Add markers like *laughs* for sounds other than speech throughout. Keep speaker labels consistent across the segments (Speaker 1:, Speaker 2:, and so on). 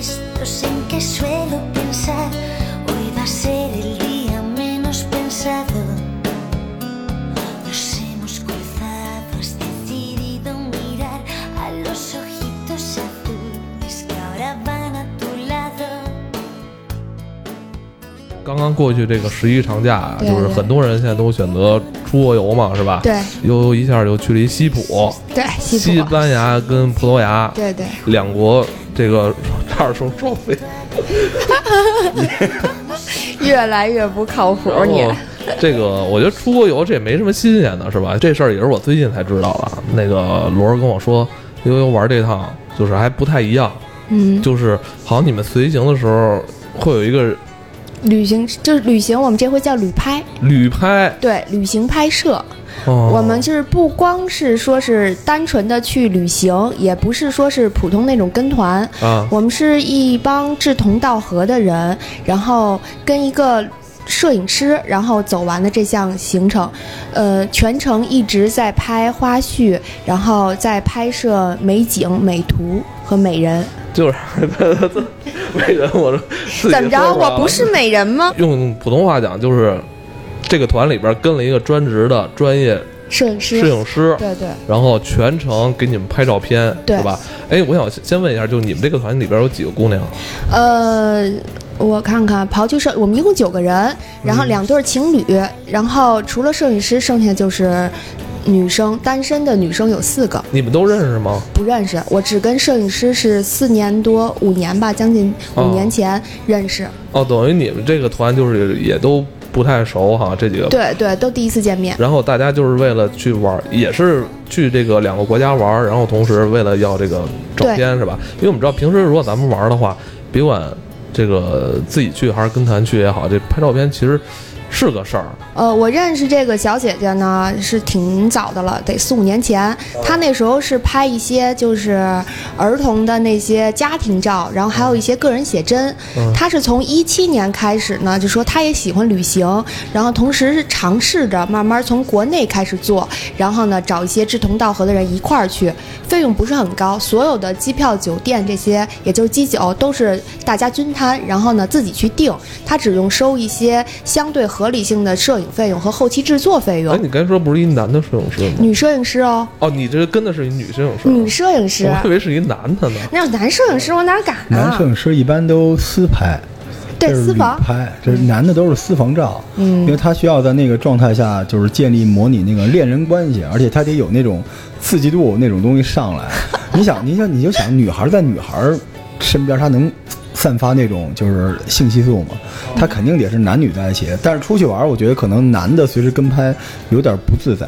Speaker 1: esto en que suelo pensar. Hoy va a ser el día menos pensado. Nos hemos cruzado, has decidido mirar a los ojitos azules que ahora van a tu lado.
Speaker 2: 刚刚过去这个十一长假，
Speaker 3: 对
Speaker 2: 就是
Speaker 3: 对
Speaker 2: 很多人现在都选择出国游嘛，是吧？
Speaker 3: 对
Speaker 2: 又一下就去了一西普，
Speaker 3: 对，
Speaker 2: 西
Speaker 3: 西普，
Speaker 2: 班牙跟葡萄牙
Speaker 3: 对对，
Speaker 2: 两国这个差点说双飞，
Speaker 3: 越来越不靠谱
Speaker 2: 然后
Speaker 3: 你。
Speaker 2: 这个我觉得出国游这也没什么新鲜的，是吧？这事儿也是我最近才知道的。啊那个罗儿跟我说，悠悠玩这趟就是还不太一样，
Speaker 3: 嗯，
Speaker 2: 就是好像你们随行的时候会有一个
Speaker 3: 旅行就是旅行，我们这回叫旅拍，
Speaker 2: 旅拍，
Speaker 3: 对，旅行拍摄。
Speaker 2: 哦、
Speaker 3: 我们就是不光是说是单纯的去旅行，也不是说是普通那种跟团，
Speaker 2: 啊，
Speaker 3: 我们是一帮志同道合的人，然后跟一个摄影师，然后走完的这项行程，呃，全程一直在拍花絮，然后在拍摄美景、美图和美人。
Speaker 2: 就是 *laughs* 为人我自己
Speaker 3: 怎么着？
Speaker 2: 说出来啊
Speaker 3: 我
Speaker 2: 了
Speaker 3: 不是美
Speaker 2: *laughs*
Speaker 3: 人吗？
Speaker 2: 用普通话讲就是，这个团里边跟了一个专职的专业
Speaker 3: 摄影师，
Speaker 2: 摄影师，
Speaker 3: 对对，
Speaker 2: 然后全程给你们拍照片，
Speaker 3: 对
Speaker 2: 是吧？哎，我想先问一下，就你们这个团里边有几个姑娘？
Speaker 3: 呃，我看看，刨去摄，我们一共九个人，然后两对儿情侣，然后除了摄影师，剩下就是女生，单身的女生有四个。
Speaker 2: 你们都认识吗？
Speaker 3: 不认识，我只跟摄影师是四年多五年吧，将近
Speaker 2: 哦
Speaker 3: 五年前认识。
Speaker 2: 哦，等于你们这个团就是也都不太熟哈，这几个。
Speaker 3: 对对，都第一次见面。
Speaker 2: 然后大家就是为了去玩，也是去这个两个国家玩，然后同时为了要这个照片是吧？因为我们知道平时如果咱们玩的话，别管这个自己去还是跟团去也好，这拍照片其实是个事儿。
Speaker 3: 呃，我认识这个小姐姐呢是挺早的了，得四五年前。她那时候是拍一些就是儿童的那些家庭照，然后还有一些个人写真。她是从一七年开始呢，就说她也喜欢旅行，然后同时是尝试着慢慢从国内开始做，然后呢找一些志同道合的人一块儿去，费用不是很高，所有的机票、酒店这些，也就是机酒都是大家均摊，然后呢自己去定，他只用收一些相对合理性的摄影费用和后期制作费
Speaker 2: 哎，
Speaker 3: 用。
Speaker 2: 你刚才说不是一男的摄影师吗？
Speaker 3: 女摄影师哦，
Speaker 2: 哦，你这跟的是一女摄影师，
Speaker 3: 女摄影师，
Speaker 2: 我还以为是一男的呢。
Speaker 3: 那男摄影师我哪敢
Speaker 4: 男
Speaker 3: 啊
Speaker 4: 摄？影师一般都私拍，
Speaker 3: 对
Speaker 4: 这是
Speaker 3: 私房嗯
Speaker 4: 旅拍，这是男的都是私房照，嗯，因为他需要在那个状态下就是建立模拟那个恋人关系，而且他得有那种刺激度那种东西上来。你想，你想，你就想女孩在女孩身边，她能散发那种就是性激素吗？
Speaker 3: 哦
Speaker 4: 她肯定得是男女在一起，但是出去玩，我觉得可能男的随时跟拍有点不自在，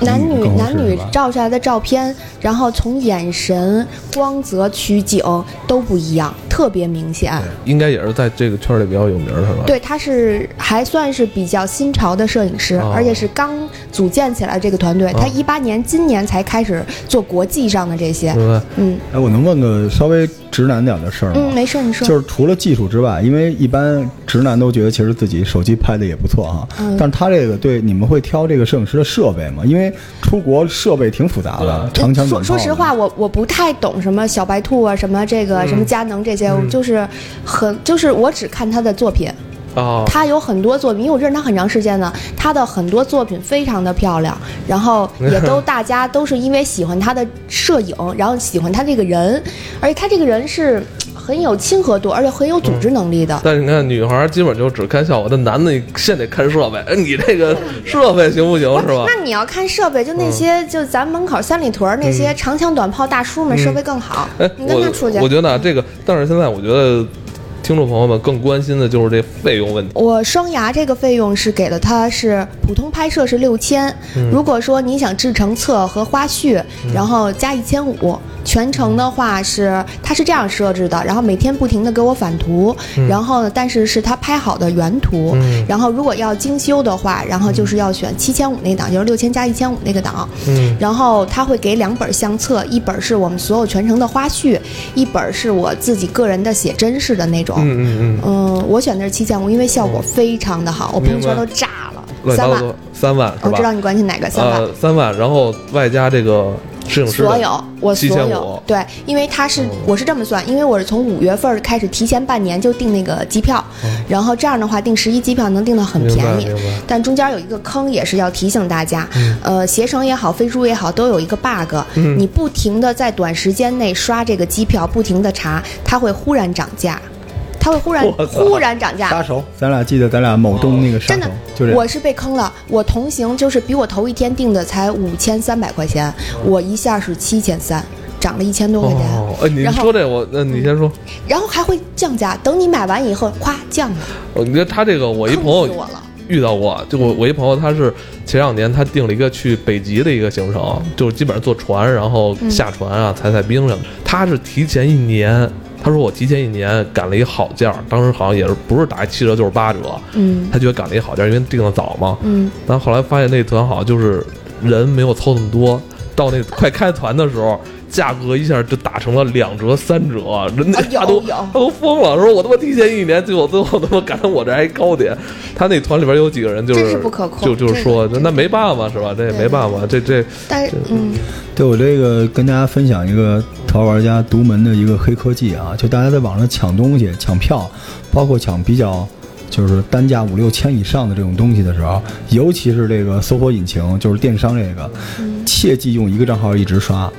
Speaker 3: 男女
Speaker 4: 更合适
Speaker 3: 男女
Speaker 4: 是吧
Speaker 3: 照出来的照片，然后从眼神、光泽、取景都不一样，特别明显。
Speaker 2: 应该也是在这个圈儿里比较有名儿，是吧？，
Speaker 3: 对，他是还算是比较新潮的摄影师，
Speaker 2: 哦
Speaker 3: 而且是刚组建起来这个团队。他一八年，今年才开始做国际上的这些。
Speaker 2: 明白。
Speaker 3: 嗯
Speaker 4: 哎，我能问个稍微直男点的事儿吗？
Speaker 3: 嗯，没事，你说。
Speaker 4: 就是除了技术之外，因为一般直男都觉得其实自己手机拍的也不错哈、
Speaker 3: 嗯
Speaker 4: 但是他这个对你们会挑这个摄影师的设备吗？因为出国设备挺复杂的，长枪短
Speaker 3: 嗯哎说说
Speaker 4: 炮。
Speaker 3: 实话，，我我不太懂什么小白兔啊，什么这个、什么佳能这些，我就是很就是我只看他的作品。
Speaker 2: 哦，
Speaker 3: 他有很多作品，因为我认识他很长时间了，他的很多作品非常的漂亮，然
Speaker 2: *laughs*
Speaker 3: 后也都大家都是因为喜欢他的摄影，然后喜欢他这个人，而且他这个人是很有亲和度，而且很有组
Speaker 2: 嗯
Speaker 3: 织能力的。
Speaker 2: 但是你看，女孩儿基本就只看效果，但男的你现得看设备。哎，你这个设备行不行是吧？嗯
Speaker 3: 那你要看设备，就那些、就咱门口三里屯儿那些长枪短炮大叔们设备更好，
Speaker 2: 哎，
Speaker 3: 你跟他出去
Speaker 2: 我我。觉得啊，这个，但是现在我觉得，听众朋友们更关心的就是这费用问题。
Speaker 3: 我双牙这个费用是给了他是普通拍摄是六千、
Speaker 2: 嗯
Speaker 3: 如果说你想制成册和花絮，然后加一千五。全程的话是他是这样设置的，然后每天不停的给我返图，
Speaker 2: 嗯
Speaker 3: 然后呢，但是是他拍好的原图，然后如果要精修的话，然后就是要选七千五那档，就是六千加一千五那个档，
Speaker 2: 嗯，
Speaker 3: 然后他会给两本相册，一本是我们所有全程的花絮，一本是我自己个人的写真式的那种，
Speaker 2: 嗯嗯嗯，
Speaker 3: 嗯，我选的是七千五，因为效果非常的好，我朋友圈都炸了，
Speaker 2: 乱七
Speaker 3: 三
Speaker 2: 八
Speaker 3: 万哦
Speaker 2: 糟。，三万是呃
Speaker 3: 我知道
Speaker 2: 吧？
Speaker 3: 你关心哪个三万，
Speaker 2: 呃，三万，然后外加这个摄影师
Speaker 3: 所有我
Speaker 2: 七
Speaker 3: 所
Speaker 2: 千
Speaker 3: 有
Speaker 2: 五，
Speaker 3: 对，因为他
Speaker 2: 嗯
Speaker 3: 是我是这么算，因为我是从五月份开始提前半年就订那个机票，然后这样的话订十一机票能订到很
Speaker 2: 明
Speaker 3: 便
Speaker 2: 白
Speaker 3: 宜
Speaker 2: 嗯明白，嗯
Speaker 3: 但中间有一个坑也是要提醒大家，呃，携程也好，飞猪也好，都有一个 bug，你不停的在短时间内刷这个机票，不停的查，它会忽然涨价，它会忽然
Speaker 2: 我操
Speaker 3: 忽然涨价，
Speaker 4: 杀手，咱俩记得咱俩某东那个杀
Speaker 3: 真
Speaker 4: 手
Speaker 3: 的，
Speaker 4: 就这样
Speaker 3: 我是被坑了。我同行就是比我头一天订的才五千三百块
Speaker 4: 哦
Speaker 3: 钱，我一下是七千三，涨了一千多块钱，
Speaker 2: 哦，哎，你
Speaker 3: 然后嗯
Speaker 2: 说这我，那你先说。
Speaker 3: 然后还会降价。等你买完以后，夸降了，
Speaker 2: 我哦觉得他这个，我一
Speaker 3: 坑
Speaker 2: 朋
Speaker 3: 死我
Speaker 2: 友
Speaker 3: 了。
Speaker 2: 遇到过，就我我一朋友，他是前两年他订了一个去北极的一个行程，就是基本上坐船，然后下船啊，采采冰什么的。他是提前一年，他说我提前一年赶了一好价，当时好像也是不是打七折就是八折，
Speaker 3: 嗯
Speaker 2: 他觉得赶了一好价，因为订的早嘛。
Speaker 3: 嗯，
Speaker 2: 但后来发现那团好像就是人没有凑那么多，到那快开团的时候，价格一下就打成了两折、三折，人家
Speaker 3: 啊有
Speaker 2: 他都、
Speaker 3: 有
Speaker 2: 他都疯了，说我他妈提前一年，结果最后他妈赶上我这还高点。他那团里边有几个人就
Speaker 3: 这
Speaker 2: 是
Speaker 3: 是不可控
Speaker 2: 就就是说
Speaker 3: 这个
Speaker 2: 那没办法是吧？这也没办法，这这
Speaker 3: 但是嗯
Speaker 4: 对我这个跟大家分享一个淘玩家独门的一个黑科技啊，就大家在网上抢东西、抢票，包括抢比较就是单价五六千以上的这种东西的时候，尤其是这个搜索引擎，就是电商这个，
Speaker 3: 嗯
Speaker 4: 切忌用一个账号一直刷。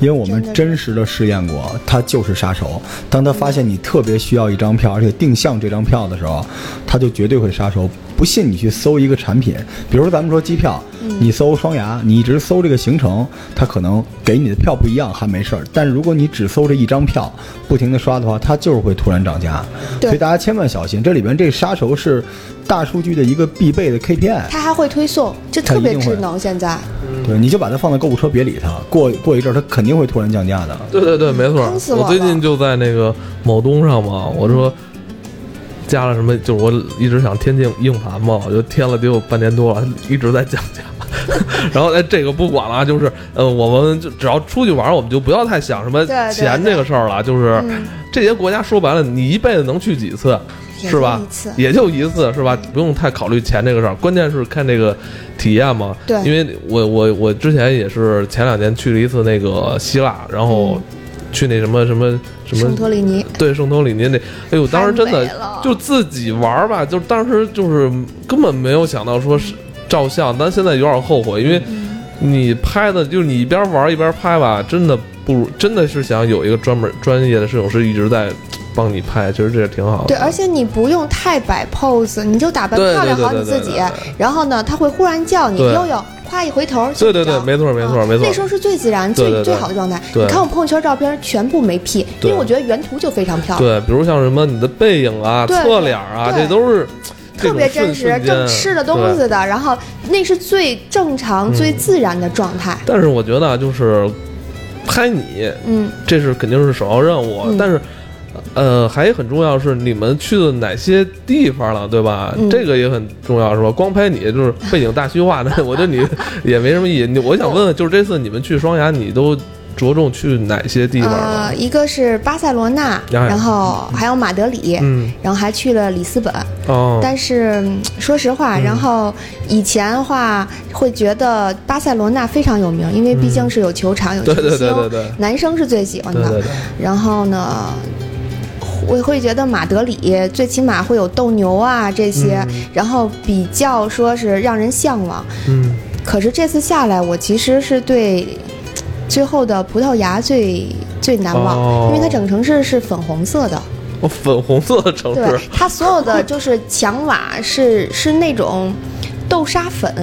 Speaker 4: 因为我们真实的试验过，它就是杀手。当他发现你特别需要一张票，而且定向这张票的时候，他就绝对会杀手。不信你去搜一个产品，比如说咱们说机票，你搜双牙，你一直搜这个行程，它可能给你的票不一样还没事儿，但如果你只搜这一张票，不停的刷的话，它就是会突然涨价。
Speaker 3: 对
Speaker 4: 所以大家千万小心，这里边这杀手是大数据的一个必备的 KPI。
Speaker 3: 它还会推送，这
Speaker 4: 它
Speaker 3: 特别
Speaker 4: 一定会
Speaker 3: 智能。现在
Speaker 4: 对，你就把它放到购物车，别理它。过过一阵儿，它肯定会突然降价的。
Speaker 2: 对对对，没错
Speaker 3: 坑死。我
Speaker 2: 我
Speaker 3: 了
Speaker 2: 最近就在那个某东上嘛，我说加了什么，就是我一直想添进硬盘嘛，我就添了得有半年多了，一直在降价。 *laughs* 然后哎，这个不管了啊，就是呃，我们就只要出去玩，我们就不要太想什么
Speaker 3: 对对嗯
Speaker 2: 钱
Speaker 3: 对
Speaker 2: 这个事儿了。就是这些国家说白了，你一辈子能去几次？
Speaker 3: 也
Speaker 2: 是吧
Speaker 3: 就一次？
Speaker 2: 也就一次，是吧？不用太考虑钱这个事儿，关键是看这个体验嘛。
Speaker 3: 对
Speaker 2: 因为我我我之前也是前两年去了一次那个希腊，然后去那什么什么什
Speaker 3: 嗯圣
Speaker 2: 么
Speaker 3: 托里尼
Speaker 2: 对圣托里尼那，哎呦，当时真的
Speaker 3: 太美了
Speaker 2: 就自己玩儿吧，就当时就是根本没有想到说是照相，但现在有点后悔，因为
Speaker 3: 嗯
Speaker 2: 你拍的就是你一边玩儿一边拍吧，真的不如真的是想有一个专门专业的摄影师一直在帮你拍，其实这也挺好的。
Speaker 3: 对，而且你不用太摆 pose，你就打扮
Speaker 2: 对对
Speaker 3: 漂亮
Speaker 2: 对
Speaker 3: 好
Speaker 2: 对
Speaker 3: 你
Speaker 2: 对
Speaker 3: 自
Speaker 2: 对对
Speaker 3: 己
Speaker 2: 对。
Speaker 3: 然后呢，他会忽然叫你
Speaker 2: 对
Speaker 3: 悠悠，夸一回头就
Speaker 2: 对
Speaker 3: 知道。
Speaker 2: 对对，没错没错
Speaker 3: 啊
Speaker 2: 没错。
Speaker 3: 那时候是最自然、
Speaker 2: 对对对
Speaker 3: 最最好的状态。
Speaker 2: 对
Speaker 3: 你看我朋友圈照片全部没 P，因
Speaker 2: 对
Speaker 3: 为我觉得原图就非常漂亮，
Speaker 2: 对，比如像什么你的背影啊、
Speaker 3: 对
Speaker 2: 侧脸啊，
Speaker 3: 对
Speaker 2: 这都是这
Speaker 3: 特
Speaker 2: 种
Speaker 3: 别真
Speaker 2: 瞬
Speaker 3: 实
Speaker 2: 瞬，间
Speaker 3: 正吃着东西
Speaker 2: 对嗯
Speaker 3: 的，然后那是最正常、最自然的状态。
Speaker 2: 但是我觉得啊，就是拍你，
Speaker 3: 嗯，
Speaker 2: 这是肯定是首要任务，
Speaker 3: 嗯
Speaker 2: 但是。呃，还很重要是你们去了哪些地方了，对吧？
Speaker 3: 嗯
Speaker 2: 这个也很重要，是吧？光拍你就是背景大虚化，
Speaker 3: *laughs*
Speaker 2: 那我觉得你也没什么意义。你我想问问，就是这次你们去双崖，你都着重去哪些地方了
Speaker 3: 呃，？一个是巴塞罗那，
Speaker 2: 哎
Speaker 3: 然后还有马德里，
Speaker 2: 嗯，
Speaker 3: 然后还去了里斯本。
Speaker 2: 哦，
Speaker 3: 但是嗯说实话，然后以前的话会觉得巴塞罗那非常有名，因为毕竟是有球场、有
Speaker 2: 对
Speaker 3: 球
Speaker 2: 对对对
Speaker 3: 星，
Speaker 2: 对
Speaker 3: 男生是最喜欢
Speaker 2: 对
Speaker 3: 的。
Speaker 2: 对对，
Speaker 3: 然后呢，我会觉得马德里最起码会有斗牛啊这些，然后比较说是让人向往。
Speaker 2: 嗯，
Speaker 3: 可是这次下来，我其实是对最后的葡萄牙最最难忘，
Speaker 2: 哦
Speaker 3: 因为它整个城市是粉红色的。
Speaker 2: 我哦粉红色的城
Speaker 3: 对
Speaker 2: 市，，
Speaker 3: 它所有的就是墙瓦是是那种豆沙粉，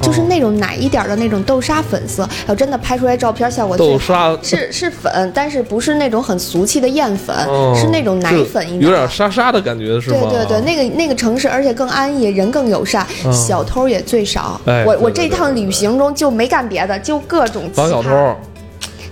Speaker 3: 就是
Speaker 2: 哦
Speaker 3: 那种奶一点儿的那种豆沙粉色。然后真的拍出来照片效果最
Speaker 2: 豆
Speaker 3: 好
Speaker 2: 沙
Speaker 3: 是是粉，但是不是那种很俗气的艳粉，
Speaker 2: 哦
Speaker 3: 是那种奶
Speaker 2: 就
Speaker 3: 粉一
Speaker 2: 有
Speaker 3: 样
Speaker 2: 点
Speaker 3: 的。
Speaker 2: 沙沙的感觉，是
Speaker 3: 对
Speaker 2: 吗？
Speaker 3: 对对，那个那个城市，而且更安逸，人更友善，
Speaker 2: 嗯
Speaker 3: 小偷也最少。
Speaker 2: 哎
Speaker 3: 我
Speaker 2: 对
Speaker 3: 我
Speaker 2: 对
Speaker 3: 这
Speaker 2: 对
Speaker 3: 趟
Speaker 2: 对
Speaker 3: 旅
Speaker 2: 对
Speaker 3: 行中就没干别的，就各种
Speaker 2: 防
Speaker 3: 奇
Speaker 2: 小偷
Speaker 3: 葩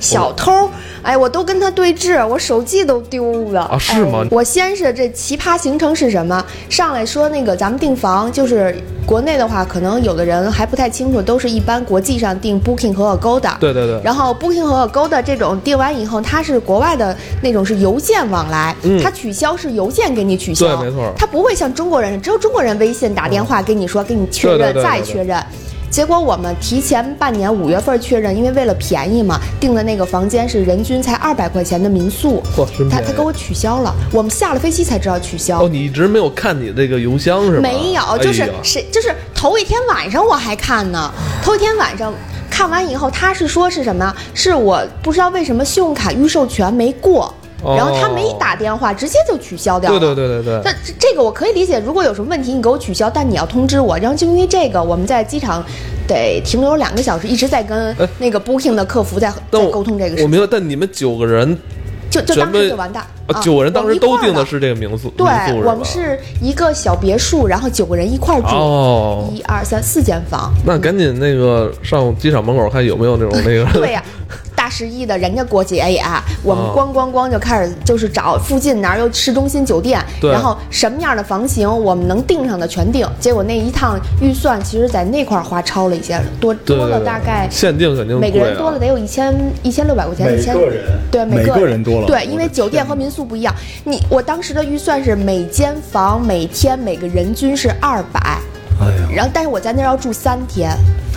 Speaker 3: 小偷，哎，我都跟他对峙，我手机都丢了
Speaker 2: 啊是吗
Speaker 3: 哎我先是这奇葩行程是什么？上来说那个咱们订房，就是国内的话，可能有的人还不太清楚，都是一般国际上订 Booking 和 Agoda。
Speaker 2: 对对对
Speaker 3: 然后 Booking 和 Agoda 这种订完以后，它是国外的那种是邮件往来，
Speaker 2: 嗯
Speaker 3: 它取消是邮件给你取消，
Speaker 2: 对没错
Speaker 3: 它不会像中国人，只有中国人微信打电话给你说，给你确
Speaker 2: 对对
Speaker 3: 认
Speaker 2: 对对
Speaker 3: 再
Speaker 2: 对
Speaker 3: 确认。结果我们提前半年五月份确认，因为为了便宜嘛，订的那个房间是人均才二百块钱的民宿
Speaker 2: 嚯真，
Speaker 3: 他
Speaker 2: 便宜
Speaker 3: 他给我取消了，我们下了飞机才知道取消。
Speaker 2: 哦，你一直没有看你这个邮箱是吗？
Speaker 3: 没有，就是
Speaker 2: 哎呀
Speaker 3: 谁，就是头一天晚上我还看呢，头一天晚上看完以后，他是说是什么呀？是我不知道为什么信用卡预授权没过，
Speaker 2: 哦
Speaker 3: 然后他没打电话，直接就取消掉了。
Speaker 2: 对对对对对，
Speaker 3: 那这这个我可以理解，如果有什么问题你给我取消，但你要通知我。然后就因为这个，我们在机场得停留两个小时，一直在跟
Speaker 2: 哎
Speaker 3: 那个 Booking 的客服在
Speaker 2: 但
Speaker 3: 在
Speaker 2: 我
Speaker 3: 沟通这个事
Speaker 2: 我
Speaker 3: 情，
Speaker 2: 明白，但你们九个人
Speaker 3: 就就
Speaker 2: 全
Speaker 3: 当
Speaker 2: 部
Speaker 3: 时就完蛋。
Speaker 2: 啊，九个人当时
Speaker 3: 我
Speaker 2: 都
Speaker 3: 们一块儿
Speaker 2: 订的是这个民宿，
Speaker 3: 对
Speaker 2: 民宿，吧
Speaker 3: 我们是一个小别墅，然后九个人一块儿住，
Speaker 2: 哦
Speaker 3: 一二三四间
Speaker 2: *laughs*
Speaker 3: 房。
Speaker 2: 那赶紧那个上机场门口看有没有那种那个
Speaker 3: 对呀、大十一的人家过节也，我们
Speaker 2: 哦
Speaker 3: 咣咣咣就开始就是找附近哪儿有市中心酒店，
Speaker 2: 对
Speaker 3: 然后什么样的房型我们能订上的全订。结果那一趟预算其实在那块儿花超了一些，多
Speaker 2: 对
Speaker 3: 多了大概
Speaker 2: 限定肯定
Speaker 3: 每个
Speaker 2: 贵
Speaker 3: 人
Speaker 2: 啊
Speaker 3: 多了得有一千一千六百块钱，
Speaker 4: 每
Speaker 3: 一千
Speaker 4: 个人
Speaker 3: 对
Speaker 4: 每
Speaker 3: 个
Speaker 4: 个人多了我
Speaker 3: 对，
Speaker 4: 的
Speaker 3: 因为酒店和民宿不一样。你我当时的预算是每间房每天每个人均是二百，
Speaker 4: 哎呀，
Speaker 3: 然后但是我在那儿要住三天。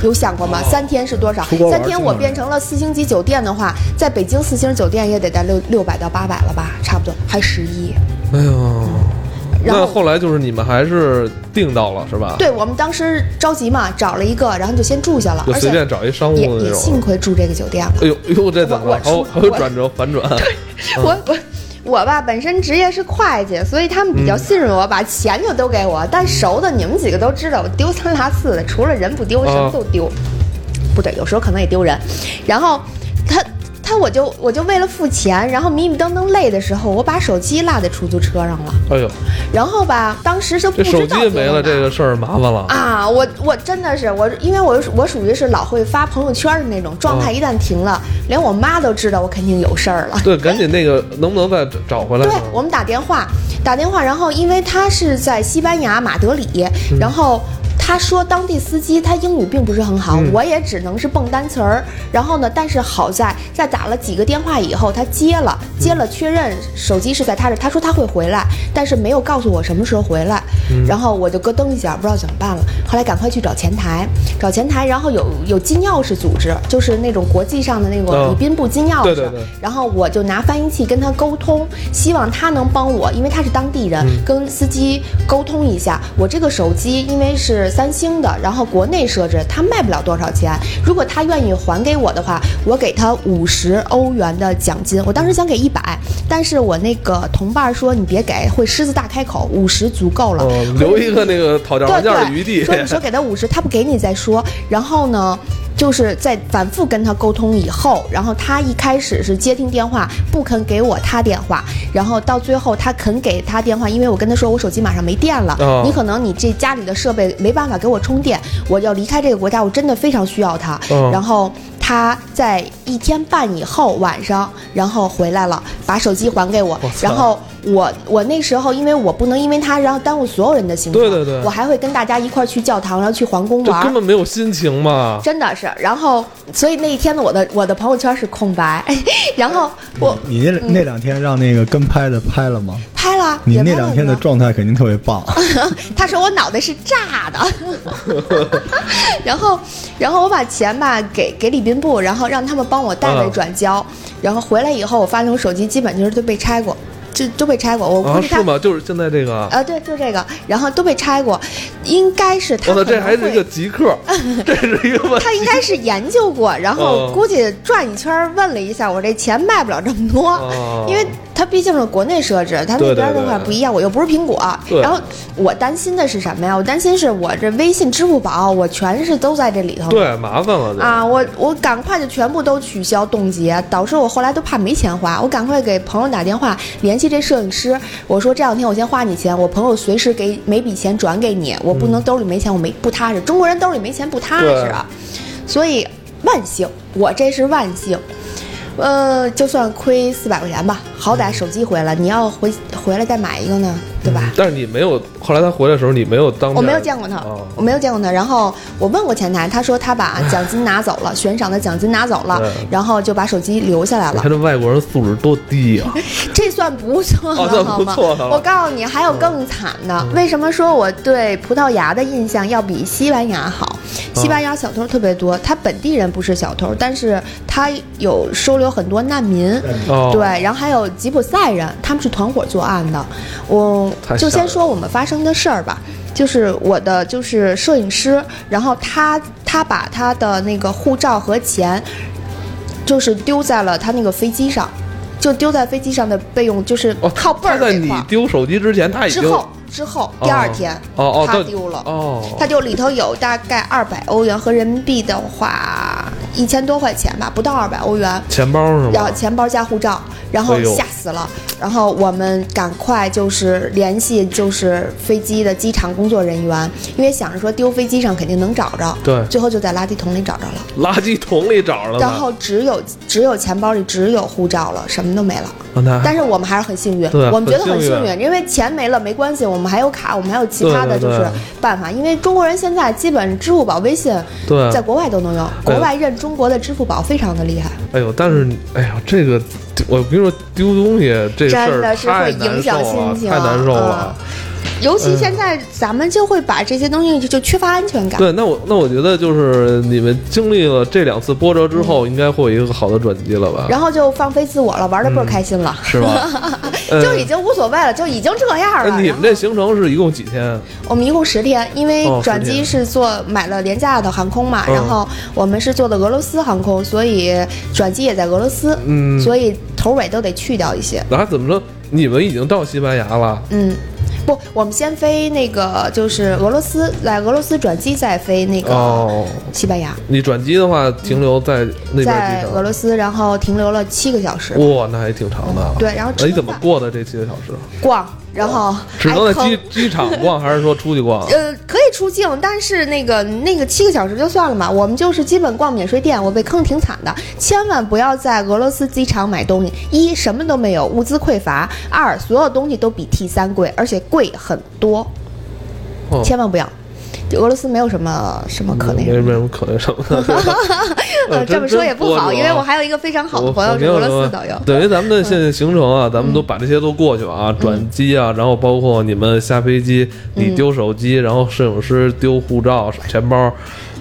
Speaker 3: 有想过
Speaker 4: 哦
Speaker 3: 吗？三天是多少
Speaker 4: 出国？玩
Speaker 3: 三天
Speaker 4: 真
Speaker 3: 我
Speaker 4: 的
Speaker 3: 变成了四星级酒店的话，在北京四星酒店也得在六六百到八百了吧，差不多，还十一。
Speaker 2: 哎呦，
Speaker 3: 然
Speaker 2: 那
Speaker 3: 后
Speaker 2: 后来就是你们还是订到了是吧？，
Speaker 3: 对我们当时着急嘛，找了一个，然后就先住下了，
Speaker 2: 就
Speaker 3: 啊而
Speaker 2: 随便
Speaker 3: 且
Speaker 2: 找一商务
Speaker 3: 也
Speaker 2: 的那
Speaker 3: 也幸
Speaker 2: 种。
Speaker 3: 亏住这个酒店了。
Speaker 2: 哎呦哎呦，这怎么
Speaker 3: 我
Speaker 2: 了？
Speaker 3: 我
Speaker 2: 还有
Speaker 3: 我
Speaker 2: 还有转折反转？
Speaker 3: *laughs* 我我我吧，本身职业是会计，所以他们比
Speaker 2: 嗯
Speaker 3: 较信任我，把钱就都给我。但熟的你们几个都知道，我丢三落四的，除了人不
Speaker 2: 哦
Speaker 3: 丢，什么都丢。不对，有时候可能也丢人。然后他他我就我就为了付钱，然后迷迷瞪瞪累的时候，我把手机落在出租车上了。
Speaker 2: 哎呦，
Speaker 3: 然后吧，当时就不
Speaker 2: 这
Speaker 3: 知道
Speaker 2: 手机也没了，
Speaker 3: 丢哪儿
Speaker 2: 这个事儿麻烦了。
Speaker 3: 啊，我我真的是我，因为我我属于是老会发朋友圈的那种状态，
Speaker 2: 嗯
Speaker 3: 一旦停了，连我妈都知道我肯定有事儿了。
Speaker 2: 对，赶紧那个能不能再找回来呢？
Speaker 3: 对我们打电话，打电话，然后因为他是在西班牙马德里，然后。他说当地司机他英语并不是很好，我也只能是蹦单词儿。然后呢，但是好在在打了几个电话以后，他接了，接了确认手机是在他这儿，他说他会回来，但是没有告诉我什么时候回来。然后我就咯噔一下，不知道怎么办了。后来赶快去找前台，找前台，然后有有金钥匙组织，就是那种国际上的那
Speaker 2: 嗯
Speaker 3: 种礼宾部金钥匙，
Speaker 2: 对对对
Speaker 3: 然后我就拿翻译器跟他沟通，希望他能帮我，因为他是当地人，
Speaker 2: 嗯
Speaker 3: 跟司机沟通一下。我这个手机因为是三星的，然后国内设置，他卖不了多少钱。如果他愿意还给我的话，我给他五十欧元的奖金。我当时想给一百，但是我那个同伴说你别给，会狮子大开口，五十足够了。
Speaker 2: 嗯，留一个那个讨价还
Speaker 3: 对
Speaker 2: 价的
Speaker 3: 对，
Speaker 2: 余地。
Speaker 3: 说你
Speaker 2: *laughs*
Speaker 3: 说给他五十，他不给你再说。然后呢，就是在反复跟他沟通以后，然后他一开始是接听电话，不肯给我他电话，然后到最后他肯给他电话，因为我跟他说我手机马上没电了，
Speaker 2: 哦
Speaker 3: 你可能你这家里的设备没办法给我充电，我要离开这个国家，我真的非常需要它。
Speaker 2: 嗯
Speaker 3: 然后他在一天半以后晚上，然后回来了，把手机还给我
Speaker 2: 我，操
Speaker 3: 然后。我我那时候，因为我不能因为他，然后耽误所有人的行程。
Speaker 2: 对对对
Speaker 3: 我还会跟大家一块儿去教堂，然后去皇宫
Speaker 2: 这
Speaker 3: 玩
Speaker 2: 根
Speaker 3: 儿。
Speaker 2: 本没有心情嘛。
Speaker 3: 真的是，然后所以那一天的我的我的朋友圈是空白， *laughs* 然后我
Speaker 4: 你那那两天让那个跟拍的拍了吗？
Speaker 3: 拍了，嗯
Speaker 4: 你
Speaker 3: 也
Speaker 4: 那
Speaker 3: 拍了
Speaker 4: 两天的
Speaker 3: 呢嗯
Speaker 4: 状态肯定特别棒，
Speaker 3: *laughs* 他说我脑袋是炸的， *laughs* 然后，然后我把钱吧给给礼宾部，然后让他们帮我代为
Speaker 2: 嗯
Speaker 3: 转交，然后回来以后，我发现我手机基本就是都被拆过，就都被拆过，我
Speaker 2: 啊，
Speaker 3: 估计他
Speaker 2: 是吗？就是现在这个啊，
Speaker 3: 啊，对，就这个，然后都被拆过，应该是他
Speaker 2: 我操，
Speaker 3: 可能
Speaker 2: 这还是
Speaker 3: 会
Speaker 2: 一个极
Speaker 3: *laughs*
Speaker 2: 客，这是一个问
Speaker 3: 他应
Speaker 2: 题。
Speaker 3: 该是研究过，然后
Speaker 2: 嗯
Speaker 3: 估计转一圈儿问了一下，我这钱卖不了这么多，
Speaker 2: 哦
Speaker 3: 因为他毕竟是国内设置，他那
Speaker 2: 对对
Speaker 3: 边的话
Speaker 2: 对
Speaker 3: 不一样，我又不是苹果。啊
Speaker 2: 对
Speaker 3: 然后我担心的是什么呀？我担心是我这微信、支付宝，我全是都在这里头。
Speaker 2: 对，麻烦了。这
Speaker 3: 啊，我我赶快就全部都取消冻结，导致我后来都怕没钱花。我赶快给朋友打电话联系这摄影师，我说这两天我先花你钱，我朋友随时给每笔钱转给你，我不能兜里没钱我没不踏实。中国人兜里没钱不踏实啊，所以万幸，我这是万幸。呃，就算亏四百块钱吧，好歹手机回来，你要回回来再买一个呢，对吧？
Speaker 2: 但是你没有，后来他回来的时候，你没有当面
Speaker 3: 我没有见过他，
Speaker 2: 哦
Speaker 3: 我没有见过他。然后我问过前台，他说他把奖金拿走了，悬赏的奖金拿走了
Speaker 2: 对，
Speaker 3: 然后就把手机留下来
Speaker 2: 你
Speaker 3: 了
Speaker 2: 看。这外国人素质多低啊！
Speaker 3: *laughs* 这算不错
Speaker 2: 哦
Speaker 3: 了，
Speaker 2: 算
Speaker 3: 好
Speaker 2: 不
Speaker 3: 吗
Speaker 2: 错的？了嗯
Speaker 3: 我告诉你，还有更惨的。为什么说我对葡萄牙的印象要比西班牙好？
Speaker 2: 嗯
Speaker 3: 西班牙小偷特别多，他本地人不是小偷，但是他有收留很多难民。
Speaker 2: 哦，
Speaker 3: *laughs* 对，，然后还有吉普赛人，他们是团伙作案的。我
Speaker 2: 太
Speaker 3: 就
Speaker 2: 吓人
Speaker 3: 先说我们发生的事儿吧，就是我的就是摄影师，然后他他把他的那个护照和钱，就是丢在了他那个飞机上，就丢在飞机上的备用，就是
Speaker 2: 哦，
Speaker 3: 靠背儿
Speaker 2: 他在
Speaker 3: 这
Speaker 2: 你
Speaker 3: 块儿。
Speaker 2: 丢手机之前，他已经
Speaker 3: 之后之后第二天，
Speaker 2: 哦哦
Speaker 3: 他
Speaker 2: 到
Speaker 3: 丢了，
Speaker 2: 哦，
Speaker 3: 他就里头有大概二百欧元和人民币的话一千多块钱吧，不到二百欧元。
Speaker 2: 钱包是
Speaker 3: 然后
Speaker 2: 吗？
Speaker 3: 钱包加护照，然后
Speaker 2: 哎呦
Speaker 3: 吓死了，然后我们赶快就是联系就是飞机的机场工作人员，因为想着说丢飞机上肯定能找着，
Speaker 2: 对
Speaker 3: 最后就在垃圾桶里找着了，
Speaker 2: 垃圾桶里找着了呢，
Speaker 3: 然后只有只有钱包里只有护照了，什么都没了。
Speaker 2: 啊那还
Speaker 3: 但是我们还是很幸运，
Speaker 2: 对
Speaker 3: 我们觉得
Speaker 2: 很
Speaker 3: 很
Speaker 2: 幸
Speaker 3: 幸
Speaker 2: 运
Speaker 3: 运，因为钱没了没关系，我们还有卡，我们还有其
Speaker 2: 对
Speaker 3: 他的
Speaker 2: 对
Speaker 3: 就
Speaker 2: 对
Speaker 3: 是办法。因为中国人现在基本支付宝、微信
Speaker 2: 对啊
Speaker 3: 在国外都能用，
Speaker 2: 嗯对
Speaker 3: 国外认中国的支付宝非常的厉害，
Speaker 2: 哎呦，但
Speaker 3: 嗯
Speaker 2: 是哎呀，这个我跟你说丢东西这事
Speaker 3: 真
Speaker 2: 儿
Speaker 3: 的是
Speaker 2: 太
Speaker 3: 会
Speaker 2: 难
Speaker 3: 影
Speaker 2: 受
Speaker 3: 响
Speaker 2: 了，
Speaker 3: 心情
Speaker 2: 太难受了
Speaker 3: 啊。尤
Speaker 2: 哎
Speaker 3: 其
Speaker 2: 呀
Speaker 3: 现在咱们就会把这些东西就就缺乏安全感。
Speaker 2: 对，那我那我觉得就是你们经历了这两次波折之后，应该会有一个好的转机了吧？
Speaker 3: 嗯然后就放飞自我了，玩的倍儿开心了，
Speaker 2: 是吧？嗯呃
Speaker 3: *laughs* 就已经无所谓了，就已经这 *laughs* 样了。
Speaker 2: 那你
Speaker 3: 然
Speaker 2: 们
Speaker 3: 后
Speaker 2: 这行程是一共几天？
Speaker 3: 我们一共十天，因为
Speaker 2: 哦
Speaker 3: 转机是坐买了廉价的航空嘛，
Speaker 2: 嗯
Speaker 3: 然后我们是坐的俄罗斯航空，所以转机也在俄罗斯，
Speaker 2: 嗯
Speaker 3: 所以头尾都得去掉一些。
Speaker 2: 然后怎么说？你们已经到西班牙了？
Speaker 3: 嗯，不，我们先飞那个就是俄罗斯，在俄罗斯转机，再飞那个
Speaker 2: 哦，
Speaker 3: 西班牙，
Speaker 2: 你转机的话停留在那边
Speaker 3: 在
Speaker 2: 机
Speaker 3: 俄罗
Speaker 2: 场。
Speaker 3: 斯，然后停留了七个小时，
Speaker 2: 哇、那还挺长的。啊
Speaker 3: 对然后
Speaker 2: 那哎你
Speaker 3: 啊吃
Speaker 2: 怎么
Speaker 3: 饭
Speaker 2: 过的这七个小时？
Speaker 3: 逛，然后
Speaker 2: 只能
Speaker 3: 挨
Speaker 2: 在
Speaker 3: 坑
Speaker 2: 机机场逛，还是说出去逛？
Speaker 3: 呃，可以出境，但是那个那个七个小时就算了嘛。我们就是基本逛免税店，我被坑挺惨的。千万不要在俄罗斯机场买东西，一什么都没有，物资匮乏；二所有东西都比 T 三贵，而且贵很多，
Speaker 2: 哦嗯
Speaker 3: 千万不要。就俄罗斯没有什么什么 *laughs* 可那
Speaker 2: 没
Speaker 3: 什么
Speaker 2: 没什么可那什么
Speaker 3: *laughs*
Speaker 2: 的。
Speaker 3: 呃，
Speaker 2: 呃
Speaker 3: *laughs* 这么说也不好，因为我还有一个非常好的朋友是俄罗斯导游。嗯
Speaker 2: 等于咱们的现在行程啊，咱们都把这些都过去了啊，转机
Speaker 3: 嗯
Speaker 2: 啊，然后包括你们下飞机，你丢手机，然后摄影师丢护照、钱包。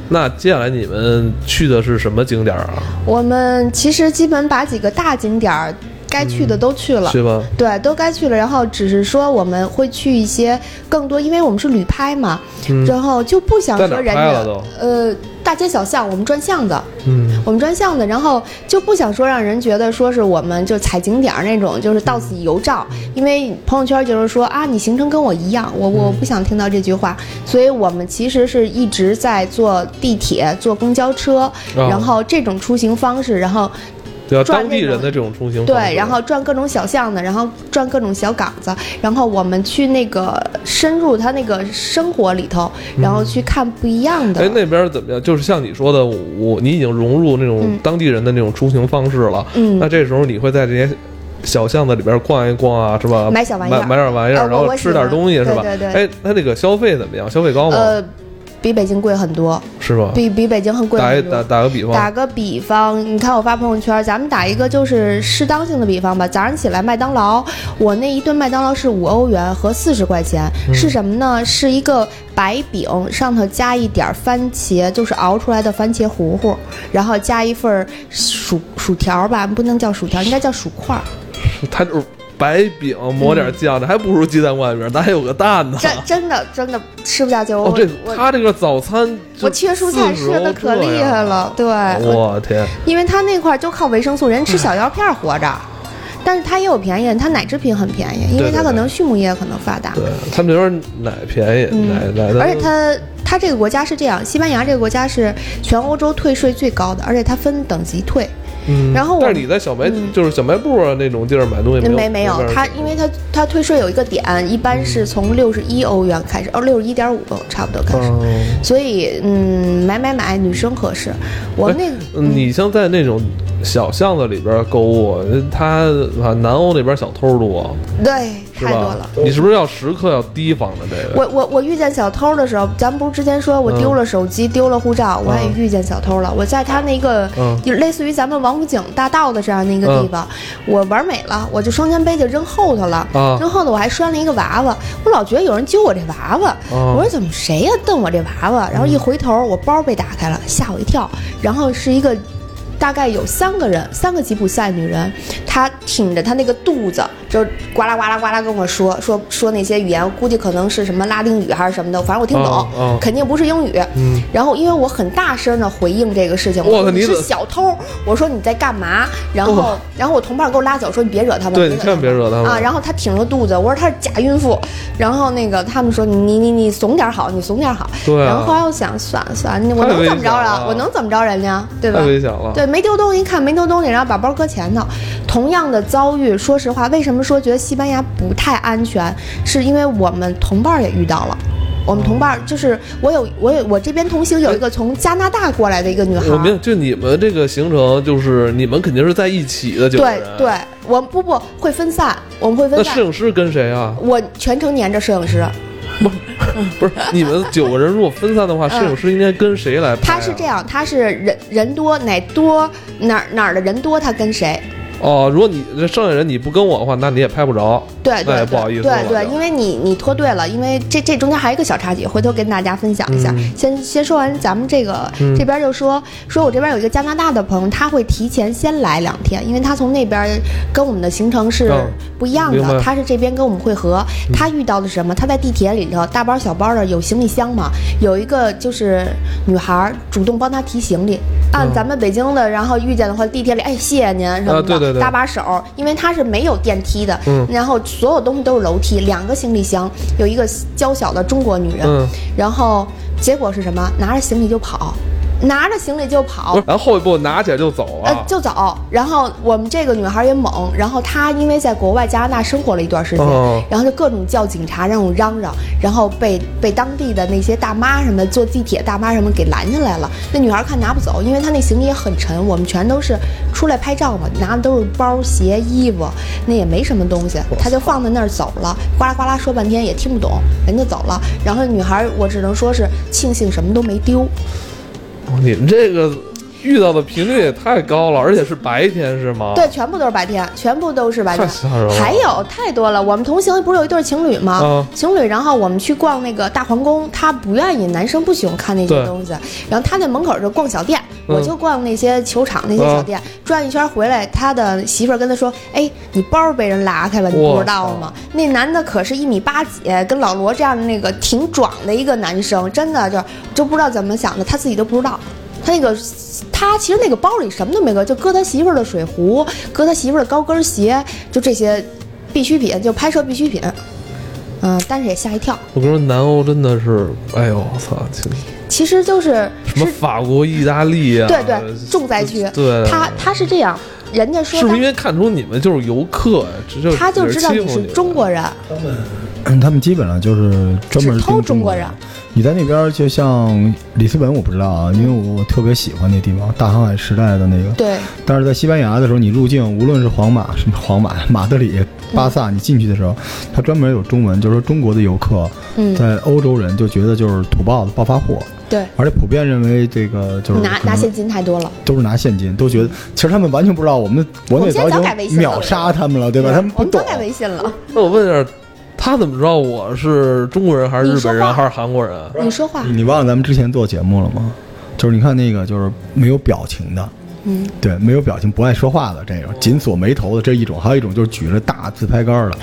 Speaker 2: 那接下来你们去的是什么景点啊？
Speaker 3: 我们其实基本把几个大景点儿该去的都去了，
Speaker 2: 是吧？
Speaker 3: 对，都该去了。然后只是说我们会去一些更多，因为我们是旅拍嘛，然后就不想
Speaker 2: 嗯在哪
Speaker 3: 说
Speaker 2: 儿
Speaker 3: 人
Speaker 2: 拍了
Speaker 3: 家
Speaker 2: 都
Speaker 3: 呃大街小巷，我们转巷子，
Speaker 2: 嗯，
Speaker 3: 我们转巷子，然后就不想说让人觉得说是我们就踩景点儿那种，就是到此一游照。
Speaker 2: 嗯
Speaker 3: 因为朋友圈就是说啊，你行程跟我一样，我我
Speaker 2: 嗯
Speaker 3: 不想听到这句话，所以我们其实是一直在坐地铁、坐公交车，
Speaker 2: 哦
Speaker 3: 然后这种出行方式，然后
Speaker 2: 对啊，
Speaker 3: 转
Speaker 2: 当地
Speaker 3: 那种
Speaker 2: 人的这种出行方式
Speaker 3: 对，然后转各种小巷子，然后转各种小岗子，然后我们去那个深入他那个生活里头，然后去看不一样的。
Speaker 2: 哎，那边怎么样？就是像你说的，我你已经融入那种当地人的那种出行方式了。
Speaker 3: 嗯
Speaker 2: 那这时候你会在这些小巷子里边逛一逛啊，是吧？
Speaker 3: 买小玩意儿
Speaker 2: 买买点玩意
Speaker 3: 呃
Speaker 2: 儿，
Speaker 3: 我
Speaker 2: 然后
Speaker 3: 我
Speaker 2: 吃
Speaker 3: 喜
Speaker 2: 点
Speaker 3: 欢
Speaker 2: 东西，是吧？
Speaker 3: 对对对
Speaker 2: 哎，他那个消费怎么样？消费高吗？
Speaker 3: 呃，比北京贵很多，
Speaker 2: 是吧？
Speaker 3: 比比北京很贵
Speaker 2: 打一
Speaker 3: 很
Speaker 2: 打
Speaker 3: 多。
Speaker 2: 打个比方，
Speaker 3: 打个比方，你看我发朋友圈，咱们打一个就是适当性的比方吧。早上起来麦当劳，我那一顿麦当劳是五欧元和四十块钱，是什么呢？是一个白饼，上头加一点儿番茄，就是熬出来的番茄糊糊，然后加一份儿薯薯条吧，不能叫薯条，应该叫薯块儿。
Speaker 2: 他就是白饼抹
Speaker 3: 嗯
Speaker 2: 点酱，这还不如鸡蛋灌饼，咱还有个蛋呢。
Speaker 3: 真真的真的吃不下去，我、
Speaker 2: 哦，这
Speaker 3: 我
Speaker 2: 他这个早餐就
Speaker 3: 我切蔬菜吃
Speaker 2: 40
Speaker 3: 的可厉害了，对，
Speaker 2: 欧这样。我啊天，
Speaker 3: 因为他那块儿就靠维生素，人吃
Speaker 2: 嗯
Speaker 3: 小药片儿活着。但是它也有便宜，它奶制品很便宜，
Speaker 2: 对
Speaker 3: 因
Speaker 2: 对
Speaker 3: 为它可
Speaker 2: 对
Speaker 3: 能畜牧业可能发达。
Speaker 2: 对他们那边奶便宜，奶奶的，
Speaker 3: 嗯而且它它这个国家是这样，西班牙这个国家是全欧洲退税最高的，而且它分等级退。
Speaker 2: 嗯
Speaker 3: 然后我
Speaker 2: 但是你在小卖、就是小卖部啊那种地儿买东西
Speaker 3: 嗯没
Speaker 2: 没
Speaker 3: 没
Speaker 2: 有
Speaker 3: 有，它因为它它退税有一个点，一般是从六十一欧元开始，哦，六十一点五差不多开始。
Speaker 2: 嗯，哎
Speaker 3: 所以嗯，买买买，女生合适。我那
Speaker 2: 你像在那种小巷子里边购物，他啊南欧那边小偷多，
Speaker 3: 对，
Speaker 2: 是
Speaker 3: 太多
Speaker 2: 吧
Speaker 3: 了？。
Speaker 2: 你是不是要时刻要提防着这个？
Speaker 3: 我我我遇见小偷的时候，咱不是之前说我丢了手机、丢了护照，我也
Speaker 2: 嗯
Speaker 3: 遇见小偷了。我在他那个、
Speaker 2: 嗯
Speaker 3: 就类似于咱们王府井大道的这样的一个地方，我玩美了，我就双肩背就扔后头了，
Speaker 2: 嗯啊
Speaker 3: 扔后头我还拴了一个娃娃，我老觉得有人揪我这娃娃，
Speaker 2: 哦嗯
Speaker 3: 我说怎么谁呀、瞪我这娃娃？然后一回头，我包被打开了，吓我一跳，然后是一个。大概有三个人，三个吉普赛女人，她挺着她那个肚子，就呱啦呱啦呱啦跟我说说说那些语言，估计可能是什么拉丁语还是什么的，反正我听不懂，
Speaker 2: 哦哦
Speaker 3: 肯定不是英语。
Speaker 2: 嗯
Speaker 3: 然后因为我很大声的回应这个事情，
Speaker 2: 哇
Speaker 3: 我说
Speaker 2: 你
Speaker 3: 是
Speaker 2: 怎
Speaker 3: 小偷，我说你在干嘛？然后、
Speaker 2: 哇
Speaker 3: 然后我同伴给我拉走，说你别惹他们，
Speaker 2: 对你千万别惹他们
Speaker 3: 啊。然后她挺着肚子，我说她是假孕妇，然后那个他们说你你你怂点好，你怂点好。
Speaker 2: 对啊
Speaker 3: 然后后来我想算了算了，我
Speaker 2: 太
Speaker 3: 能
Speaker 2: 危
Speaker 3: 怎么着
Speaker 2: 险
Speaker 3: 啊？
Speaker 2: 了
Speaker 3: 我能怎么着人家？对吧？
Speaker 2: 太危险了
Speaker 3: 对，没丢东西，一看没丢东西，然后把包搁前头。同样的遭遇，说实话，为什么说觉得西班牙不太安全？是因为我们同伴儿也遇到了。我们同
Speaker 2: 哦
Speaker 3: 伴儿就是我有我有我这边同行有一个从加拿大过来的一个女孩儿，
Speaker 2: 我明就你们这个行程，就是你们肯定是在一起的九个
Speaker 3: 对
Speaker 2: 人。
Speaker 3: 对，，我们不不会分散，我们会
Speaker 2: 那
Speaker 3: 分
Speaker 2: 摄
Speaker 3: 散。
Speaker 2: 影师跟谁啊？ *laughs*
Speaker 3: 我全程黏着摄影师，
Speaker 2: 不是你们九个人如果分散的话，摄影师应该跟谁来拍、啊
Speaker 3: 他是这。样，他是人人多哪多哪儿哪儿的人多，他跟谁。
Speaker 2: 哦，如果你这剩下人你不跟我的话，那你也拍不着。
Speaker 3: 对
Speaker 2: 那
Speaker 3: 对
Speaker 2: 也哎不好意思
Speaker 3: 对
Speaker 2: 了
Speaker 3: 对，
Speaker 2: 就
Speaker 3: 因为你你脱队了，因为这这中间还有一个小插曲，回头跟大家分享一下。
Speaker 2: 嗯
Speaker 3: 先先说完咱们这个、
Speaker 2: 嗯
Speaker 3: 这边就说说我这边有一个加拿大的朋友，他会提前先来两天，因为他从那边跟我们的行程是
Speaker 2: 嗯
Speaker 3: 不一样的，
Speaker 2: 明白嗯
Speaker 3: 他是这边跟我们会合。他遇到的什么？他在地铁里头大包小包的有行李箱嘛，有一个就是女孩儿主动帮他提行李。按
Speaker 2: 嗯
Speaker 3: 咱们北京的，然后遇见的话，地铁里，哎，谢谢您什么的，
Speaker 2: 啊对对对
Speaker 3: 搭把手，因为它是没有电梯的，
Speaker 2: 嗯
Speaker 3: 然后所有东西都是楼梯，两个行李箱，有一个娇小的中国女人，
Speaker 2: 嗯
Speaker 3: 然后结果是什么？拿着行李就跑，拿着行李就跑
Speaker 2: 不是，，然后后一步拿起来就走
Speaker 3: 呃
Speaker 2: 啊，。
Speaker 3: 就走。然后我们这个女孩也猛，然后她因为在国外加拿大生活了一段时间，
Speaker 2: 哦
Speaker 3: 然后就各种叫警察，让我嚷嚷，然后被被当地的那些大妈什么的坐地铁大妈什么给拦下来了。那女孩看拿不走，因为她那行李也很沉，我们全都是出来拍照嘛，拿的都是包、鞋、衣服，那也没什么东西，她就放在那儿走了，呱啦呱啦说半天也听不懂，人就走了。然后女孩我只能说是庆幸什么都没丢。呃
Speaker 2: 你们这个遇到的频率也太高了，而且是白天是吗？
Speaker 3: 对，，全部都是白天，全部都是白天
Speaker 2: 太吓人了。
Speaker 3: 还有太多了，我们同行不是有一对情侣吗？
Speaker 2: 嗯
Speaker 3: 情侣，然后我们去逛那个大皇宫，他不愿意，男生不喜欢看那些
Speaker 2: 对
Speaker 3: 东西，然后他在门口就逛小店，
Speaker 2: 嗯
Speaker 3: 我就逛那些球场那些小店，转一圈回来，他的媳妇儿跟他说：“哎，你包被人拉开了，你不
Speaker 2: 我
Speaker 3: 知道吗？”那男的可是一米八几，跟老罗这样的那个挺壮的一个男生，真的就就不知道怎么想的，他自己都不知道。他那个，他其实那个包里什么都没搁，就搁他媳妇儿的水壶，搁他媳妇儿的高跟鞋，就这些必需品，就拍摄必需品。嗯、但是也吓一跳，
Speaker 2: 我跟你说，南欧真的是，哎呦，我操！这
Speaker 3: 其实就是
Speaker 2: 什么
Speaker 3: 是，
Speaker 2: 法国、意大利啊，
Speaker 3: 对对，重灾区。
Speaker 2: 对，
Speaker 3: 他他是这样，人家说
Speaker 2: 是不是因
Speaker 3: 他
Speaker 2: 为看出你们就是游客呀？这就
Speaker 3: 他就知道
Speaker 2: 欺
Speaker 3: 你
Speaker 2: 负啊
Speaker 3: 是
Speaker 2: 们
Speaker 3: 中国人，
Speaker 4: 嗯他们基本上就是专门
Speaker 3: 只偷
Speaker 4: 盯
Speaker 3: 中国
Speaker 4: 国
Speaker 3: 人。。
Speaker 4: 你在那边就像里斯本，我不知道啊，因为我我特别喜欢那地方，大航海时代的那个。
Speaker 3: 对，
Speaker 4: 但是在西班牙的时候，你入境无论是皇马、什么皇马、马德
Speaker 3: 嗯
Speaker 4: 里、巴萨，你进去的时候，它专门有中文，就是说中国的游客
Speaker 3: 嗯，
Speaker 4: 在欧洲人就觉得就是土豹子、暴发户，
Speaker 3: 对，
Speaker 4: 而且普遍认为这个就是
Speaker 3: 拿
Speaker 4: 可能
Speaker 3: 拿现金太多了。
Speaker 4: 都是拿现金，都觉得其实他们完全不知道我们的国内
Speaker 3: 我
Speaker 4: 早
Speaker 3: 们现在早改
Speaker 4: 已
Speaker 3: 微
Speaker 4: 经
Speaker 3: 信了
Speaker 4: 秒杀他们了，对吧？他们
Speaker 3: 我
Speaker 4: 不
Speaker 3: 们
Speaker 4: 懂
Speaker 3: 都。改微信了。
Speaker 2: 那我问一下，他怎么知道我是中国人还是日本
Speaker 3: 你说话
Speaker 2: 人啊还是韩国人？
Speaker 3: 你说话，
Speaker 4: 你忘了咱们之前做节目了吗？就是你看那个就是没有表情的，
Speaker 3: 嗯，
Speaker 4: 对，没有表情、不爱说话的这种，紧锁眉头的这一种，还有一种就是举着大自拍杆儿
Speaker 3: *laughs*
Speaker 4: 的。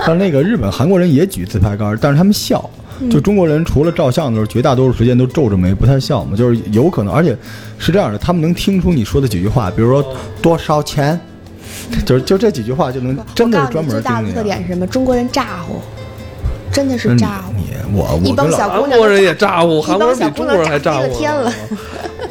Speaker 4: 但是那个日本、韩国人也举自拍杆儿，但是他们笑。
Speaker 3: 嗯
Speaker 4: 就中国人除了照相的时候，绝大多数时间都皱着眉，不太笑嘛。就是有可能，而且是这样的，他们能听出你说的几句话，比如说多少钱，就是就这几句话就能真
Speaker 3: 我告
Speaker 4: 的是
Speaker 3: 诉
Speaker 4: 专
Speaker 3: 你最
Speaker 4: 门
Speaker 3: 大的
Speaker 4: 盯嗯
Speaker 3: 特
Speaker 4: 着你
Speaker 3: 点
Speaker 4: 啊。
Speaker 3: 是什么？中国人咋呼，真的是
Speaker 4: 真的
Speaker 3: 咋呼。
Speaker 4: 你我我
Speaker 3: 一帮
Speaker 4: 跟老
Speaker 3: 小姑
Speaker 2: 韩
Speaker 3: 娘
Speaker 2: 国
Speaker 3: 都
Speaker 2: 人也咋呼，韩国
Speaker 3: 一帮
Speaker 2: 人
Speaker 3: 小
Speaker 2: 比
Speaker 3: 姑
Speaker 2: 中国
Speaker 3: 娘
Speaker 2: 人还咋呼
Speaker 3: 炸飞了天了
Speaker 2: 呢。。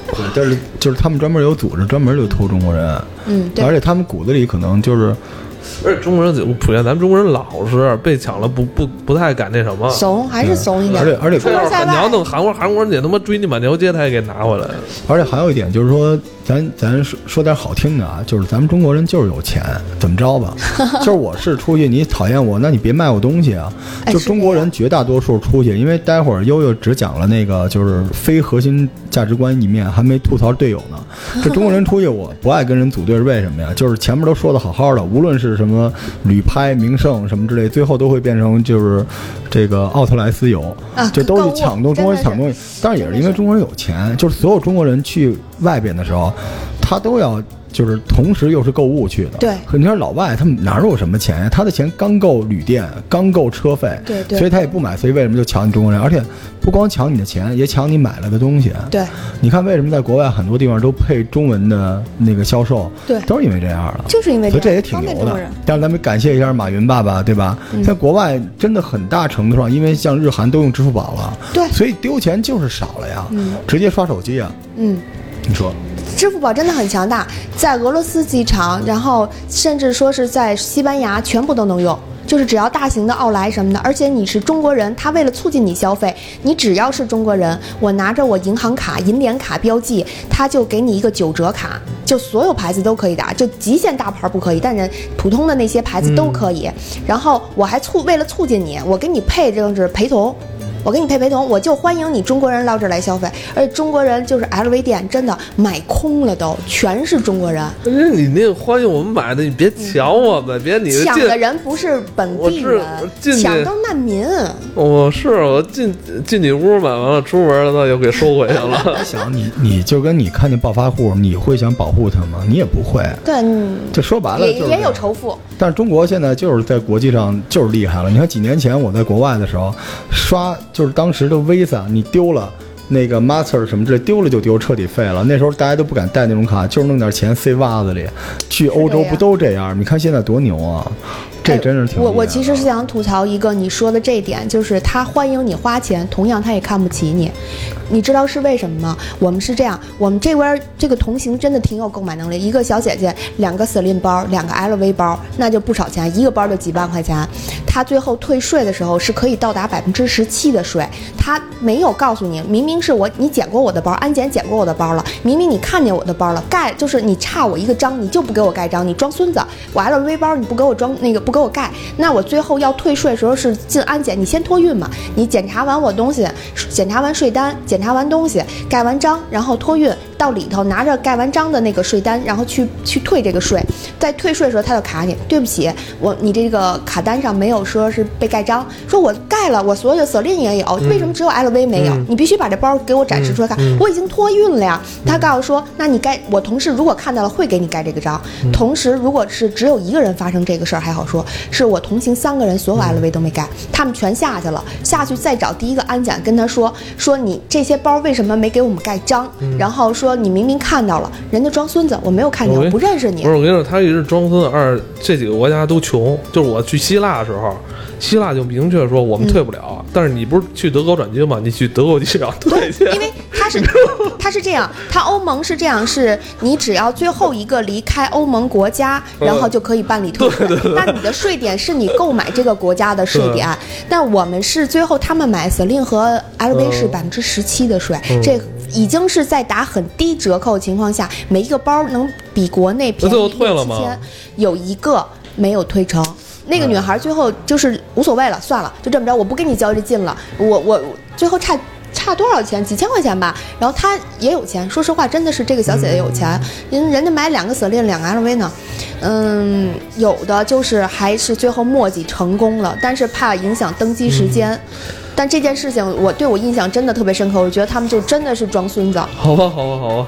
Speaker 4: 对，但是就是他们专门有组织，专门就偷中国人。
Speaker 3: 嗯，对
Speaker 4: 而，且他们骨子里可能就是
Speaker 2: *laughs* 而且中国人就普遍，咱们中国人老实，被抢了不不不太敢那什么。
Speaker 3: 怂还是怂一
Speaker 4: 嗯而
Speaker 3: 点。
Speaker 4: 且而
Speaker 2: *laughs*
Speaker 4: 且
Speaker 2: 他要是
Speaker 3: 在外
Speaker 2: 你要弄韩国，韩国人得他妈追你满条街，他也给拿回来。
Speaker 4: 而且还有一点就是说，咱咱说说点好听的啊，就是咱们中国人就是有钱，怎么着吧？
Speaker 3: *laughs*
Speaker 4: 就是我是出去，你讨厌我，那你别卖我东西啊。
Speaker 3: 哎
Speaker 4: 就是中
Speaker 3: 这
Speaker 4: 国
Speaker 3: 样
Speaker 4: 人绝大多数出去，因为待会儿悠悠只讲了那个就是非核心价值观一面，还没吐槽队友
Speaker 3: *laughs*
Speaker 4: 呢。这中国人出去，我不爱跟人组队是为什么呀？就是前面都说的好好的，无论是什么旅拍、名胜什么之类，最后都会变成就是这个奥特莱斯游，
Speaker 3: 啊
Speaker 4: 就都
Speaker 3: 购
Speaker 4: 是
Speaker 3: 物
Speaker 4: 抢东，中国人
Speaker 3: 真的
Speaker 4: 抢
Speaker 3: 是
Speaker 4: 东西。当然也是因为中国人有钱，就是所有中国人去外边的时候，他都要就是同时又是购物去的。
Speaker 3: 对
Speaker 4: 可你看老外他们哪有什么钱呀？他的钱刚够旅店，刚够车费，
Speaker 3: 对对
Speaker 4: 所以他也不买，所以为什么就抢你中国人？而且不光抢你的钱，也抢你买了的东西。啊
Speaker 3: 对，
Speaker 4: 你看为什么在国外很多地方都配中文的那个销售？
Speaker 3: 对
Speaker 4: 都是因为这样的。
Speaker 3: 就是因为
Speaker 4: 所以这
Speaker 3: 样
Speaker 4: 也挺
Speaker 3: 方便
Speaker 4: 牛
Speaker 3: 中国
Speaker 4: 的
Speaker 3: 人。，
Speaker 4: 但是咱们感谢一下马云爸爸，对吧？
Speaker 3: 嗯
Speaker 4: 在国外真的很大程度上，因为像日韩都用支付宝了，
Speaker 3: 对
Speaker 4: 所以丢钱就是少了呀，
Speaker 3: 嗯
Speaker 4: 直接刷手机啊。
Speaker 3: 嗯，
Speaker 4: 你说，
Speaker 3: 支付宝真的很强大，在俄罗斯机场，然后甚至说是在西班牙，全部都能用。就是只要大型的奥莱什么的，而且你是中国人，他为了促进你消费，你只要是中国人，我拿着我银行卡、银联卡标记，他就给你一个九折卡，就所有牌子都可以打，啊就极限大牌不可以，但是普通的那些牌子都可以。然后我还促为了促进你，我给你配这个是陪同，我给你配陪同，我就欢迎你中国人到这儿来消费，而且中国人就是 LV 店真的买空了都，全是中国人，
Speaker 2: 不是你那欢迎我们买的，你别抢我们，别你
Speaker 3: 嗯抢的
Speaker 2: 进，
Speaker 3: 人不是本
Speaker 2: 我
Speaker 3: 地
Speaker 2: 是
Speaker 3: 人
Speaker 2: 进，去
Speaker 3: 抢都是难民。
Speaker 2: 我是我进进你屋买完了，出门了那又给收回去
Speaker 3: 哎
Speaker 2: *laughs* 了。
Speaker 4: 想你你就跟你看见暴发户，你会想保护他吗？你也不会。
Speaker 3: 对，嗯
Speaker 4: 这说白了
Speaker 3: 也
Speaker 4: 就是
Speaker 3: 也有
Speaker 4: 这样
Speaker 3: 仇富，
Speaker 4: 但是中国现在就是在国际上就是厉害了。你看几年前我在国外的时候，刷就是当时的 Visa，你丢了。那个 Master 什么之类丢了就丢，彻底废了。那时候大家都不敢带那种卡，就是弄点钱塞袜子里。去欧洲不都这样？你看现在多牛啊！这
Speaker 3: 哎
Speaker 4: 真是挺
Speaker 3: 我
Speaker 4: 厉害
Speaker 3: 我
Speaker 4: 的
Speaker 3: 其实是想吐槽一个你说的这一点，就是他欢迎你花钱，同样他也看不起你，你知道是为什么吗？我们是这样，我们这边儿这个同行真的挺有购买能力，一个小姐姐两个 Celine 包，两个 LV 包，那就不少钱，一个包就几万块钱。她最后退税的时候是可以到达百分之十七的税，她没有告诉你，明明是我你捡过我的包，安检捡过我的包了，明明你看见我的包了，盖就是你差我一个章，你就不给我盖章，你装孙子。我 LV 包你不给我装那个不给我盖，那我最后要退税的时候是进安检，你先托运嘛，你检查完我东西，检查完税单，检查完东西，盖完章，然后托运到里头，拿着盖完章的那个税单，然后去去退这个税。在退税的时候，他就卡你，对不起，我你这个卡单上没有说是被盖章，说我盖了，我所有 Celine 也有，为什么只有 LV 没有？你必须把这包给我展示出来看，我已经托运了呀。他告诉说，那你盖，我同事如果看到了会给你盖这个章。同时，如果是只有一个人发生这个事儿还好说，是我同行三个人所有 LV 都没盖，他们全下去了，下去再找第一个安检跟他说说你这些包为什么没给我们盖章？然后说你明明看到了，人家装孙子，我没有看见，
Speaker 2: 我
Speaker 3: 我
Speaker 2: 跟
Speaker 3: 哎不认识你啊
Speaker 2: 不。是我跟你说，他一是装孙子，二这几个国家都穷。就是我去希腊的时候，希腊就明确说我们退不了，
Speaker 3: 嗯
Speaker 2: 但是你不是去德国转机吗？你去德国机场 *laughs* 退去。
Speaker 3: *laughs* 因为它是它是这样，它欧盟是这样，是你只要最后一个离开欧盟国家，然后就可以办理退税。但你的税点是你购买这个国家的税点，但我们是最后他们买 Celine 和 LV 是百分之十七的税，这已经是在打很低折扣的情况下，每一个包能比国内便宜
Speaker 2: 那最后
Speaker 3: 一
Speaker 2: 退了
Speaker 3: 七
Speaker 2: 吗嗯
Speaker 3: 千有一个没有退成。那个女孩最后就是无所谓了，算了，就这么着，我不跟你较这劲了。我我最后差差多少钱？几千块钱吧。然后她也有钱，说实话，真的是这个小姐姐有钱，人人家买两个 Celine，两个 LV 呢。嗯，有的就是还是最后墨迹成功了，但是怕影响登机时间。
Speaker 2: 嗯
Speaker 3: 但这件事情我对我印象真的特别深刻，我觉得他们就真的是装孙子。
Speaker 2: 好吧，好吧，好吧，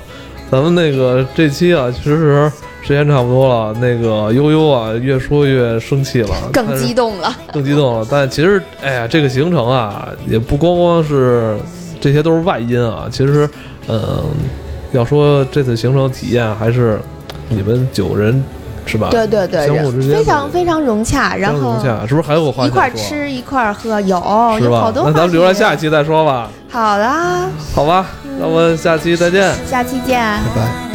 Speaker 2: 咱们那个这期啊，其实时间差不多了。那个悠悠啊，越说越生气了，
Speaker 3: 更
Speaker 2: 但是
Speaker 3: 激动了，
Speaker 2: 更激动了。但其实，哎呀，这个行程啊，也不光光是这些都是外因啊。其实，嗯，要说这次行程体验，还是你们九人是吧？
Speaker 3: 对对对，
Speaker 2: 啊相互之间
Speaker 3: 非常非常融洽，然
Speaker 2: 相互
Speaker 3: 后
Speaker 2: 融洽，是不是还有个话
Speaker 3: 一
Speaker 2: 想说啊
Speaker 3: 块儿吃一块儿喝，有
Speaker 2: 是
Speaker 3: 有好
Speaker 2: 吧？那
Speaker 3: 多话题。
Speaker 2: 咱们留着下一期再说吧，
Speaker 3: 好啦，啊
Speaker 2: 好吧？那我们下期再见。
Speaker 3: 下期见。
Speaker 4: 拜拜。